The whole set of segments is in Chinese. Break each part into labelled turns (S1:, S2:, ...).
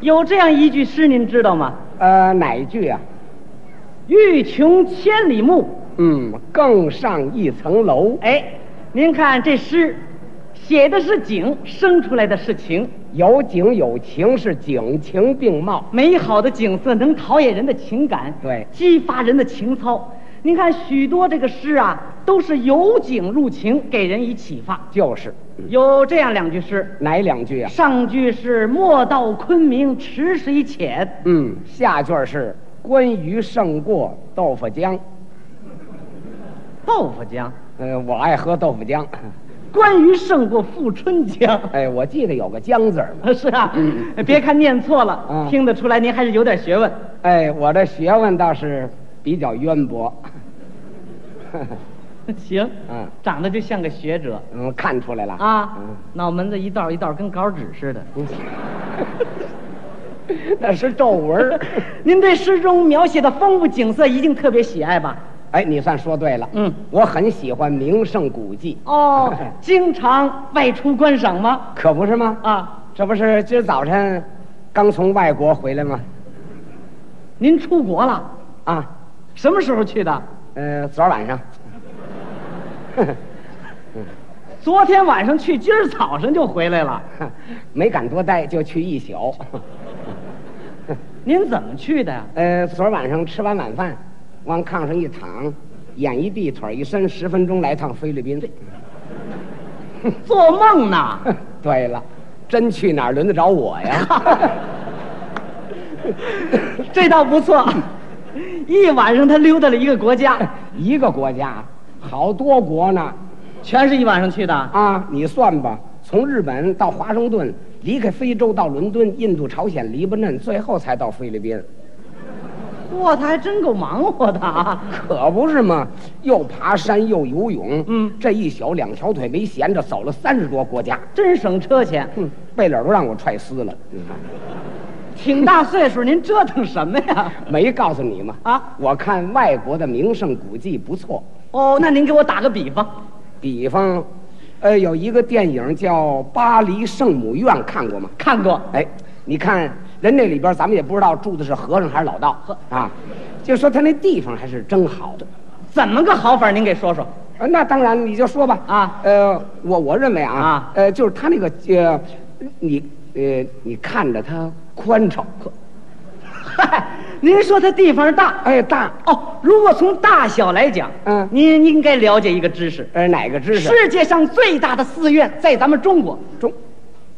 S1: 有这样一句诗，您知道吗？
S2: 呃，哪一句啊？
S1: 欲穷千里目。
S2: 嗯，更上一层楼。
S1: 哎，您看这诗，写的是景，生出来的是情。
S2: 有景有情，是景情并茂。
S1: 美好的景色能陶冶人的情感，
S2: 对
S1: 激发人的情操。您看许多这个诗啊，都是由景入情，给人以启发。
S2: 就是
S1: 有这样两句诗，
S2: 哪两句啊？
S1: 上句是“莫道昆明池水浅
S2: 嗯，下句儿是关于胜过豆腐浆。”，
S1: 豆腐浆；
S2: 呃，我爱喝豆腐浆。
S1: 关于胜过富春江。
S2: 哎，我记得有个江字儿嘛。
S1: 是啊，别看念错了，
S2: 嗯
S1: 听得出来您还是有点学问。
S2: 哎，我这学问倒是比较渊博。
S1: 行，
S2: 嗯
S1: 长得就像个学者
S2: 嗯，看出来了
S1: 啊，
S2: 嗯
S1: 脑门子一道一道跟稿纸似的。
S2: 那是皱纹儿。
S1: 您对诗中描写的风物景色一定特别喜爱吧？
S2: 哎，你算说对了。
S1: 嗯
S2: 我很喜欢名胜古迹，
S1: 哦，经常外出观赏吗？
S2: 可不是吗？
S1: 啊，
S2: 这不是今儿早晨刚从外国回来吗？
S1: 您出国了？
S2: 啊，
S1: 什么时候去的？
S2: 呃，昨儿晚上。
S1: 昨天晚上去，今儿早上就回来了。
S2: 没敢多待，就去一宿。
S1: 您怎么去的呀？
S2: 呃，昨儿晚上吃完晚饭，往炕上一躺，眼一闭，腿一伸，十分钟来趟菲律宾。
S1: 做梦呢？
S2: 对了，真去哪儿轮得着我呀？
S1: 这倒不错， 一晚上他溜达了一个国家，
S2: 一个国家，好多国呢。
S1: 全是一晚上去的。
S2: 啊，你算吧，从日本到华盛顿，离开非洲到伦敦、印度、朝鲜、黎巴嫩，最后才到菲律宾。
S1: 哇，他还真够忙活的 啊！
S2: 可不是嘛，又爬山又游泳，
S1: 嗯
S2: 这一宿两条腿没闲着，走了三十多国家。
S1: 真省车钱，
S2: 哼，贝勒都让我踹撕了，
S1: 挺大岁数，您折腾什么呀？
S2: 没告诉你吗？
S1: 啊，
S2: 我看外国的名胜古迹不错，
S1: 哦，那您给我打个比方，
S2: 比方，呃，有一个电影叫《巴黎圣母院》，看过吗？
S1: 看过
S2: 哎，你看人那里边，咱们也不知道住的是和尚还是老道啊，就说他那地方还是真好。
S1: 怎么个好法？您给说 说。
S2: 呃那当然，你就说吧
S1: 啊
S2: 呃，我我认为啊，
S1: 啊
S2: 呃，就是他那个呃，你呃，你看着他宽敞，
S1: 嗨，您说它地方大
S2: 哎，大，
S1: 哦，如果从大小来讲，
S2: 嗯
S1: 您应该了解一个知识，
S2: 呃，哪个知识？
S1: 世界上最大的寺院在咱们中国，
S2: 中，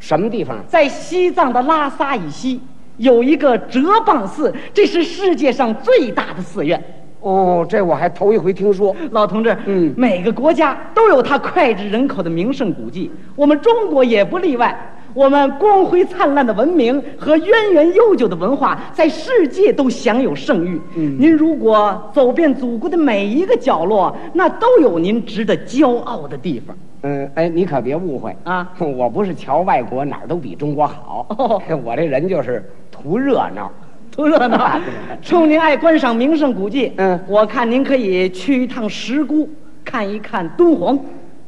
S2: 什么地方？啊
S1: 在西藏的拉萨以西有一个哲蚌寺，这是世界上最大的寺院。
S2: 哦，这我还头一回听说。
S1: 老同志，
S2: 嗯
S1: 每个国家都有它脍炙人口的名胜古迹，我们中国也不例外。我们光辉灿烂的文明和渊源悠久的文化，在世界都享有盛誉。嗯，您如果走遍祖国的每一个角落，那都有您值得骄傲的地方。
S2: 嗯，哎，你可别误会
S1: 啊
S2: 我不是瞧外国哪儿都比中国好，
S1: 哦
S2: 我这人就是图热闹。
S1: 多热 闹！冲您爱观赏名胜古迹，
S2: 嗯
S1: 我看您可以去一趟石鼓，看一看敦煌，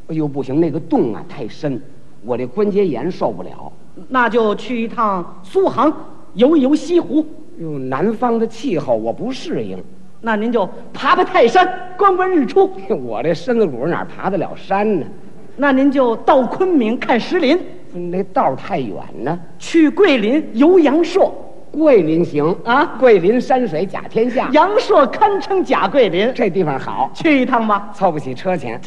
S2: 哎呦，不行，那个洞啊太深，我这关节炎受不了。
S1: 那就去一趟苏杭，游一游西湖。
S2: 哟，南方的气候我不适应，
S1: 那您就爬爬泰山，观观日出；
S2: 我这身子骨哪儿爬得了山呢？
S1: 那您就到昆明看石林，
S2: 嗯那道儿太远呢。
S1: 去桂林游阳朔。
S2: 桂林行
S1: 啊
S2: 桂林山水甲天下，
S1: 阳朔堪称假桂林，
S2: 这地方好，
S1: 去一趟吧，
S2: 凑不起车钱。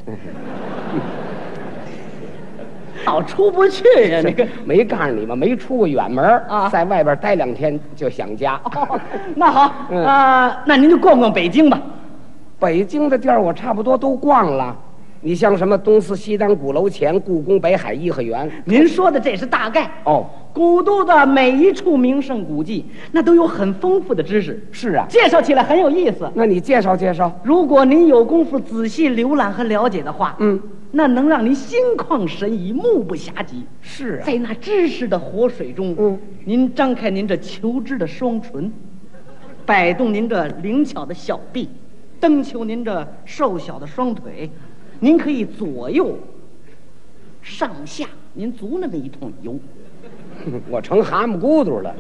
S1: 老出不去 呀、你个。
S2: 没告诉你们，没出过远门儿
S1: 啊
S2: 在外边待两天就想家。
S1: 哦，那好，啊、
S2: 嗯
S1: 那您就逛逛北京吧。
S2: 北京的地儿我差不多都逛了，你像什么东四西单、鼓楼前、故宫北海、颐和园。
S1: 您说的这是大概，
S2: 哦，
S1: 古都的每一处名胜古迹，那都有很丰富的知识，
S2: 是啊，
S1: 介绍起来很有意思。
S2: 那你介绍介绍。
S1: 如果您有功夫仔细浏览和了解的话，
S2: 嗯，
S1: 那能让您心旷神怡、目不暇接。
S2: 是啊，
S1: 在那知识的活水中，
S2: 嗯，
S1: 您张开您这求知的双唇，摆动您这灵巧的小臂，蹬求您这瘦小的双腿，您可以左右、上下，您足那么一通游，
S2: 我成蛤蟆咕嘟了。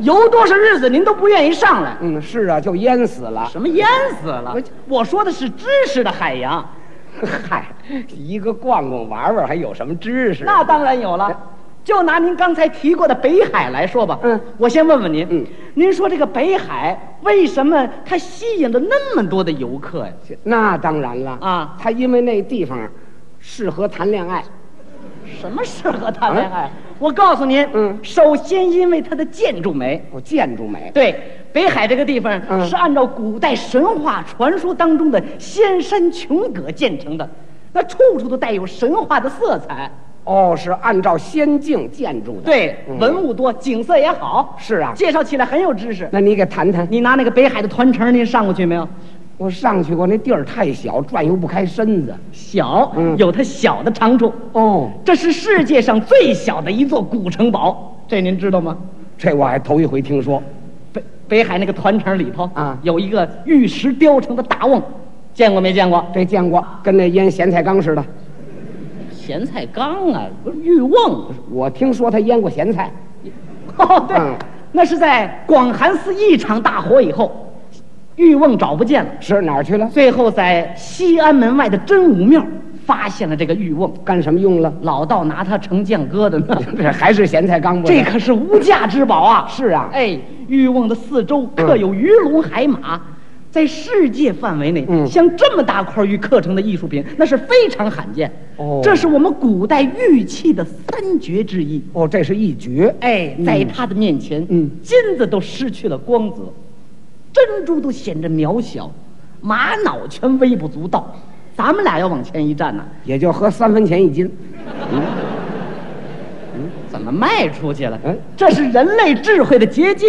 S1: 游多少日子您都不愿意上来，
S2: 嗯，是啊，就淹死了。
S1: 什么淹死了
S2: 我？
S1: 我说的是知识的海洋，
S2: 嗨，一个逛逛玩玩还有什么知识？
S1: 那当然有
S2: 哎
S1: 了。就拿您刚才提过的北海来说吧，
S2: 嗯，
S1: 我先问问您，
S2: 嗯，
S1: 您说这个北海为什么它吸引了那么多的游客呀？
S2: 那当然了
S1: 啊
S2: 他因为那地方适合谈恋爱，
S1: 什么适合谈恋爱？我告诉您，
S2: 啊嗯
S1: 首先因为它的建筑美，
S2: 有建筑美。
S1: 对，北海这个地方
S2: 嗯
S1: 是按照古代神话传说当中的仙山琼阁建成的，那处处都带有神话的色彩。
S2: 哦，是按照仙境建筑的。，
S1: 对，
S2: 嗯
S1: 文物多，景色也好，
S2: 是啊
S1: 介绍起来很有知识。
S2: 那你给谈谈。
S1: 你拿那个北海的团城，您上过去没有？
S2: 我上去过，那地儿太小，转悠不开身子。
S1: 小
S2: 嗯
S1: 有它小的长处，
S2: 哦，
S1: 这是世界上最小的一座古城堡，这您知道吗？
S2: 这我还头一回听
S1: 哦
S2: 说。
S1: 北北海那个团城里头
S2: 啊
S1: 有一个玉石雕成的大瓮，见过没见过？
S2: 这见过，跟那腌咸菜缸似的。
S1: 咸菜缸啊，不是玉瓮。
S2: 我听说他腌过咸菜，
S1: 哦，对，
S2: 嗯
S1: 那是在广寒寺一场大火以后，玉瓮找不见了，
S2: 是哪儿去了？
S1: 最后在西安门外的真武庙发现了这个玉瓮，
S2: 干什么用了？
S1: 老道拿它成酱疙瘩呢。
S2: 这还是咸菜缸不
S1: 这可是无价之宝啊！
S2: 是啊嗯
S1: 哎，玉瓮的四周刻有鱼龙海马，在世界范围内，
S2: 嗯
S1: 像这么大块玉刻成的艺术品，那是非常罕见。
S2: 哦
S1: 这是我们古代玉器的三绝之一。
S2: 哦，这是一绝。
S1: 哎，在他的面前，
S2: 嗯
S1: 金子都失去了光泽，珍珠都显着渺小，玛瑙全微不足道。咱们俩要往前一站呢、
S2: 也就合三分钱一斤。
S1: 怎么卖出去了？
S2: 嗯
S1: 这是人类智慧的结晶。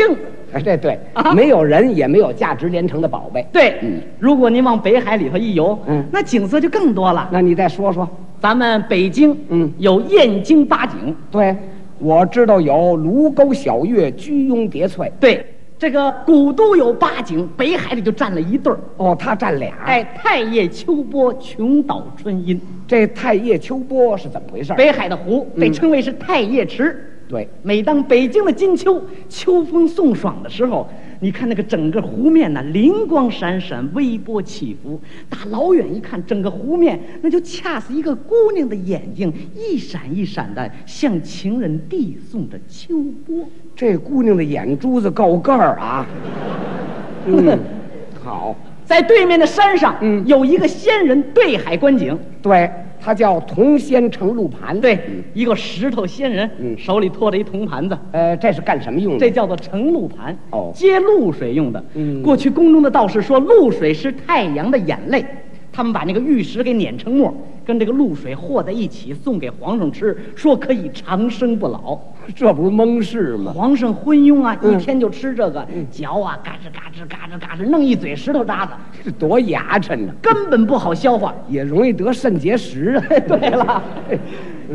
S2: 哎，这对
S1: 啊，
S2: 没有人也没有价值连城的宝贝。
S1: 对，
S2: 嗯
S1: 如果您往北海里头一游，
S2: 嗯
S1: 那景色就更多了。
S2: 那你再说说。
S1: 咱们北京，
S2: 嗯
S1: 有燕京八景，
S2: 对，我知道有卢沟晓月、居庸叠翠。
S1: 对，这个古都有八景，北海里就占了一对儿。
S2: 哦，他占俩。，
S1: 哎，太液秋波，琼岛春阴。
S2: 这太液秋波是怎么回事？
S1: 北海的湖
S2: 嗯
S1: 被称为是太液池。
S2: 对，
S1: 每当北京的金秋秋风送爽的时候，你看那个整个湖面呐，灵光闪闪，微波起伏。打老远一看，整个湖面那就恰似一个姑娘的眼睛，一闪一闪的，向情人递送着秋波。
S2: 这姑娘的眼珠子够个 儿啊。嗯，好。
S1: 在对面的山上，
S2: 嗯
S1: 有一个仙人对海观景。
S2: 对，它叫铜仙成露盘。
S1: 对，，一个石头仙人，
S2: 嗯
S1: 手里托着一铜盘子，
S2: 呃，这是干什么用的？
S1: 这叫做承露盘，
S2: 哦
S1: 接露水用的。
S2: 嗯
S1: 过去宫中的道士说，露水是太阳的眼泪，他们把那个玉石给碾成沫，跟这个露水和在一起送给皇上吃，说可以长生不老。
S2: 这不是蒙氏吗？
S1: 皇上昏庸啊，一
S2: 嗯
S1: 天就吃这个，嚼啊，嘎吱嘎吱嘎吱嘎吱，弄一嘴石头渣子，
S2: 这多牙碜呢，
S1: 根本不好消化。
S2: 也容易得肾结石啊。
S1: 对 了，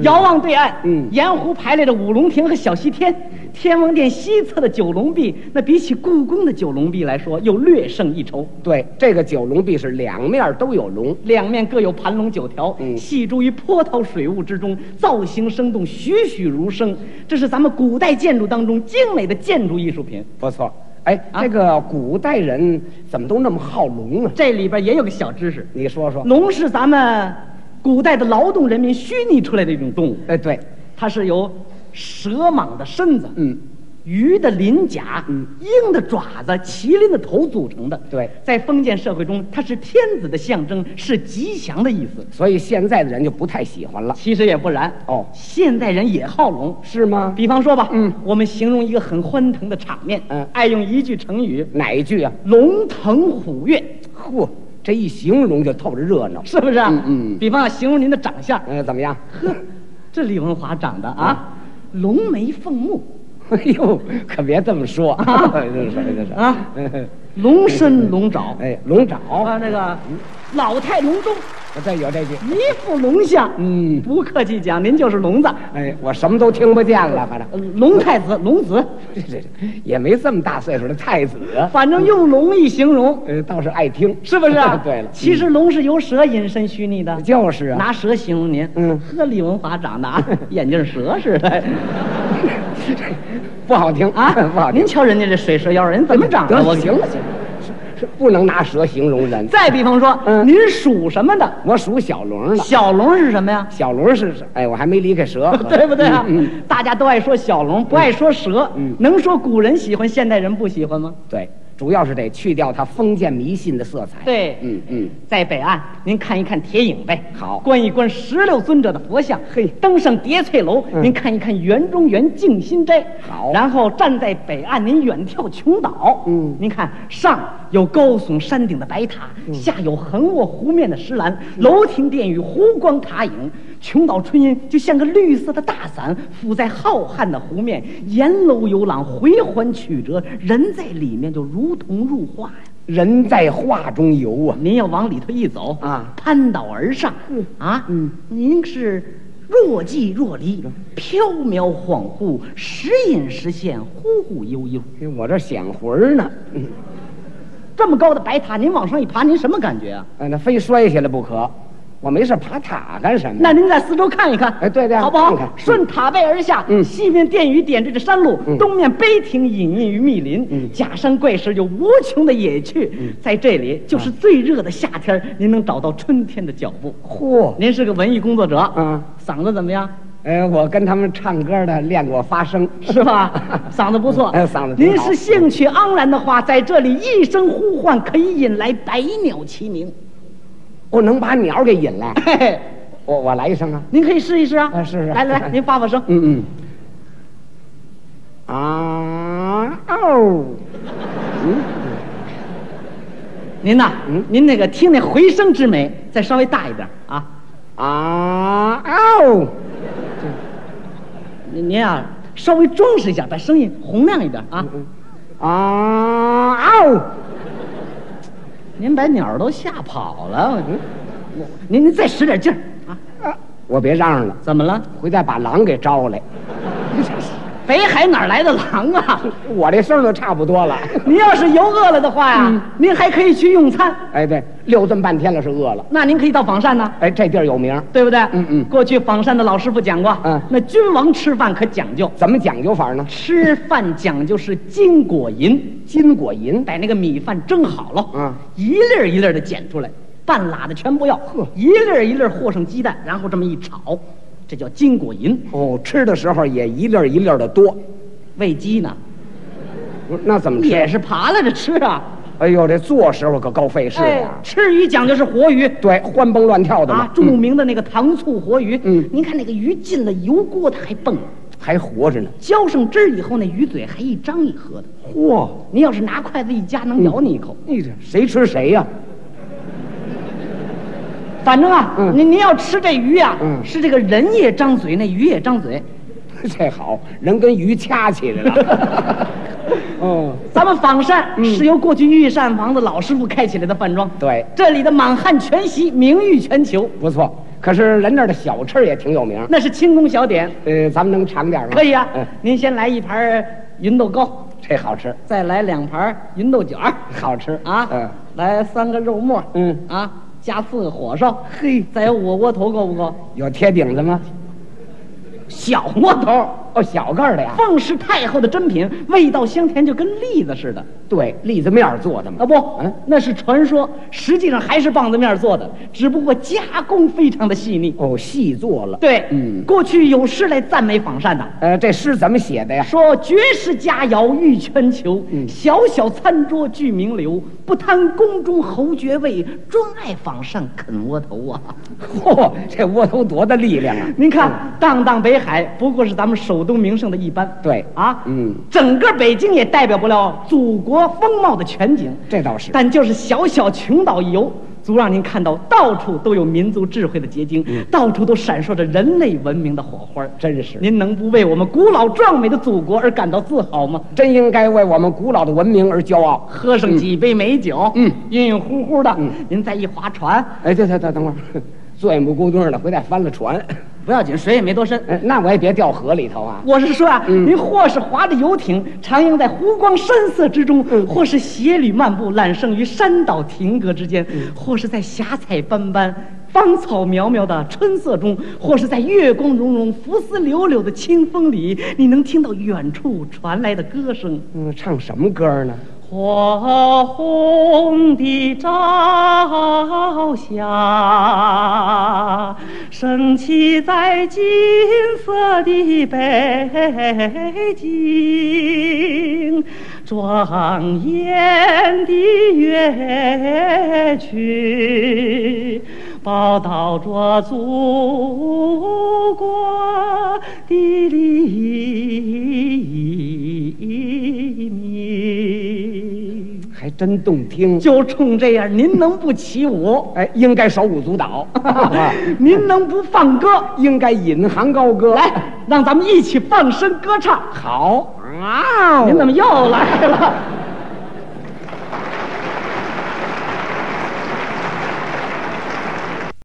S1: 遥望对岸，
S2: 嗯
S1: 沿湖排列着五龙亭和小西天，天王殿西侧的九龙壁，那比起故宫的九龙壁来说，又略胜一筹。
S2: 对，这个九龙壁是两面都有龙，
S1: 两面各有盘龙九条，
S2: 嗯
S1: 戏诸于波涛水雾之中，造型生动，栩栩如生。这是咱们古代建筑当中精美的建筑艺术品。
S2: 不错。哎，
S1: 啊
S2: 这个古代人怎么都那么好龙啊？
S1: 这里边也有个小知识，
S2: 你说说。
S1: 龙是咱们古代的劳动人民虚拟出来的一种动物，
S2: 哎，对，
S1: 它是由蛇蟒的身子，
S2: 嗯，
S1: 鱼的鳞甲，
S2: 嗯
S1: 鹰的爪子，麒麟的头组成的。
S2: 对
S1: 在封建社会中，它是天子的象征，是吉祥的意思。
S2: 所以现在的人就不太喜欢了，
S1: 其实也不然
S2: 哦
S1: 现代人也好龙。
S2: 是吗？
S1: 比方说吧，
S2: 嗯
S1: 我们形容一个很欢腾的场面，
S2: 嗯
S1: 爱用一句成语
S2: 哪一句啊？
S1: “龙腾虎跃
S2: 嚯，这一形容就透着热闹”，。
S1: 是不是啊？
S2: 嗯嗯
S1: 比方形容您的长 相，
S2: 呃，怎么样？
S1: 呵，这李文华长得啊，
S2: 嗯
S1: 龙眉凤目
S2: 哎呦，可别这么说 啊！这是这是
S1: 啊，龙身龙爪，
S2: 哎，龙爪，
S1: 啊啊，那个老态龙钟，
S2: 我再有这句，
S1: 一副龙相。
S2: 嗯
S1: 不客气讲，您就是聋子，
S2: 哎，我什么都听不见了，反正
S1: 呃龙太 子，龙子，
S2: 这这这也没这么大岁数的太子啊，
S1: 反正用龙一形容，
S2: 呃，倒是爱听，
S1: 是不是啊
S2: 对了，嗯
S1: 其实龙是由蛇引申虚拟的，
S2: 就是啊，
S1: 拿蛇形容您，
S2: 嗯
S1: 和李文华长得 啊眼镜蛇似的
S2: 不好听
S1: 啊
S2: 不好，听。
S1: 您瞧人家这水蛇腰，人怎么长
S2: 得
S1: 的？
S2: 了
S1: 我
S2: 行了行了，是是不能拿蛇形容人。
S1: 再比方说，
S2: 嗯
S1: 您属什么的？
S2: 我属小龙了，
S1: 小龙是什么呀？，
S2: 小龙是是哎，我还没离开 蛇
S1: 对不对啊？
S2: 嗯，嗯
S1: 大家都爱说小龙，不爱说蛇。
S2: 嗯
S1: 能说古人喜欢，现代人不喜欢吗？
S2: 对，主要是得去掉它封建迷信的色彩。，
S1: 对，
S2: 嗯嗯，哎
S1: 在北岸，您看一看铁影呗，
S2: 好
S1: 观一观十六尊者的佛像，
S2: 嘿
S1: 登上叠翠楼，
S2: 嗯
S1: 您看一看园中园静心斋，
S2: 好
S1: 然后站在北岸，您远眺琼岛，
S2: 嗯
S1: 您看上有高耸山顶的白塔，下有横卧湖面的石栏，
S2: 嗯
S1: 楼亭殿宇，湖光塔影，琼岛春阴就像个绿色的大伞phủ在浩瀚的湖面，沿楼游览，回环曲折，人在里面就如同入画呀。
S2: 人在画中游啊，
S1: 您要往里头一走
S2: 啊
S1: 攀倒而上，
S2: 嗯
S1: 啊，
S2: 嗯
S1: 您是若即若离，飘渺恍惚，时隐时现，忽忽悠悠。
S2: 哎我这想魂儿呢，嗯
S1: 这么高的白塔，您往上一爬，您什么感觉啊？
S2: 哎那非摔下来不可。我没事爬塔干什么？
S1: 那您在四周看一看，
S2: 哎对对啊
S1: 好不好？
S2: 看看嗯
S1: 顺塔背而下，
S2: 嗯
S1: 西面殿宇点缀着山路，
S2: 嗯
S1: 东面碑亭隐匿于密林，
S2: 嗯
S1: 假山怪石有无穷的野趣，在这里就是最热的夏天，您能找到春天的脚步。
S2: 嚯，
S1: 您是个文艺工作者，
S2: 嗯，
S1: 嗓子怎么样？
S2: 哎，我跟他们唱歌的练过发声，
S1: 是吧？ 嗓子不错，
S2: 哎嗓子挺
S1: 您
S2: 好
S1: 是兴趣盎然的话，在这里一声呼唤，可以引来百鸟齐鸣。
S2: 我能把鸟给引来。
S1: 嘿嘿，
S2: 我我来一声啊，
S1: 您可以试一试啊！
S2: 哎试试
S1: 来来来，您发发声。
S2: 嗯嗯，啊哦，
S1: 您呐
S2: 嗯，
S1: 您那个听那回声之美，再稍微大一点啊。
S2: 啊哦，
S1: 您您啊，稍微装饰一下，把声音洪亮一点啊。
S2: 嗯啊哦，
S1: 您把鸟儿都吓跑了，我
S2: 嗯
S1: 我您您再使点劲儿啊！
S2: 啊我别嚷嚷了，
S1: 怎么了？
S2: 回再把狼给招来。
S1: 北海哪儿来的狼 啊？
S2: 我这声儿都差不多了。
S1: 您要是游饿了的话
S2: 嗯
S1: 呀，您还可以去用餐。
S2: 哎，对，溜这么半天了，是饿了。
S1: 那您可以到仿膳呢，
S2: 哎，这地儿有名儿，
S1: 对不对？
S2: 嗯嗯
S1: 过去仿膳的老师傅讲过，
S2: 嗯
S1: 那君王吃饭可讲究，
S2: 怎么讲究法呢？
S1: 吃饭讲究是金果银，
S2: 金果银，
S1: 把那个米饭蒸好了，
S2: 嗯，
S1: 一粒儿一粒儿的捡出来，半拉的全不要，一粒儿一粒儿和上鸡蛋，然后这么一炒，这叫金果银。
S2: 哦，吃的时候也一粒儿一粒儿的多。
S1: 喂鸡呢，
S2: 不是那怎么吃？
S1: 也是扒拉着吃啊。
S2: 哎呦，这做时候可够费事的
S1: 哎
S2: 啊。
S1: 吃鱼讲究是活鱼，
S2: 对，欢蹦乱跳的嘛
S1: 啊，，著名的那个糖醋活鱼，
S2: 嗯
S1: 您看那个鱼进了油锅，它还蹦，
S2: 还活着呢。
S1: 浇上汁儿以后，那鱼嘴还一张一合的。
S2: 嚯，
S1: 您要是拿筷子一夹，能咬你一口。
S2: 你这谁吃谁呀、
S1: 反正啊，
S2: 嗯
S1: 您您要吃这鱼啊，
S2: 嗯
S1: 是这个人也张嘴，那鱼也张嘴。
S2: 这好，人跟鱼掐起来了。 嗯，
S1: 咱们仿膳是由过去御膳房的老师傅开起来的饭庄，
S2: 对，
S1: 这里的满汉全席名誉全球，
S2: 不错。可是人那儿的小吃也挺有名儿。
S1: 那是清宫小点，
S2: 呃，咱们能尝点吗？
S1: 可以啊
S2: 嗯，。
S1: 您先来一盘儿芸豆糕，
S2: 这好吃，
S1: 再来两盘儿芸豆卷儿，
S2: 好吃
S1: 啊，
S2: 嗯，
S1: 来三个肉末，
S2: 嗯
S1: 啊，加四个火烧，
S2: 嘿
S1: 再有我窝头够不够？
S2: 有贴顶的 吗？
S1: 小窝头。
S2: 哦，小个儿 的呀。
S1: 凤是太后的珍品，味道香甜，就跟栗子似的。
S2: 对，栗子面儿做的嘛
S1: 啊。不，
S2: 嗯
S1: 那是传说，实际上还是棒子面做的，只不过加工非常的细腻。
S2: 哦，细做了。，
S1: 对，
S2: 嗯
S1: 过去有诗来赞美仿膳的，
S2: 呃，这诗怎么写的呀？
S1: 说绝世佳肴誉全球，
S2: 嗯
S1: 小小餐桌聚名流，不贪宫中侯爵位，专爱仿膳啃窝头啊！
S2: 嗯嚯、这窝头多大力量啊！
S1: 您看，荡荡北海不过是咱们首都名胜的一般。
S2: 对
S1: 啊，
S2: 嗯，
S1: 整个北京也代表不了祖国风貌的全景。
S2: 这倒是。
S1: 但就是小小琼岛一游，足让您看到到处都有民族智慧的结晶，到处都闪烁着人类文明的火花。
S2: 嗯真是
S1: 您能不为我们古老壮美的祖国而感到自豪吗？
S2: 真应该为我们古老的文明而骄傲。
S1: 喝上几杯美酒，
S2: 嗯，
S1: 晕晕乎乎的，您再一划船，
S2: 哎，对对对，等会儿，坐也不孤墩了，回来翻了船，
S1: 不要紧，水也没多深。
S2: 哎，那我也别掉河里头啊。
S1: 我是说啊，您或是划着游艇徜徉在湖光山色之中，或是斜履漫步揽胜于山岛亭阁之间，或是在霞彩斑斑、芳草渺渺的春色中，或是在月光融融、浮丝柳柳的清风里，你能听到远处传来的歌声。
S2: 嗯，唱什么歌呢？
S1: 火红的朝霞升起在金色的北京，庄严的乐曲报道着祖国的黎明。
S2: 还真动听。
S1: 就冲这样，您能不起舞？
S2: 哎，应该手舞足蹈，
S1: 您能不放歌？
S2: 应该引吭高歌。
S1: 来，让咱们一起放声歌唱。
S2: 好啊！
S1: 哦您怎么又来了？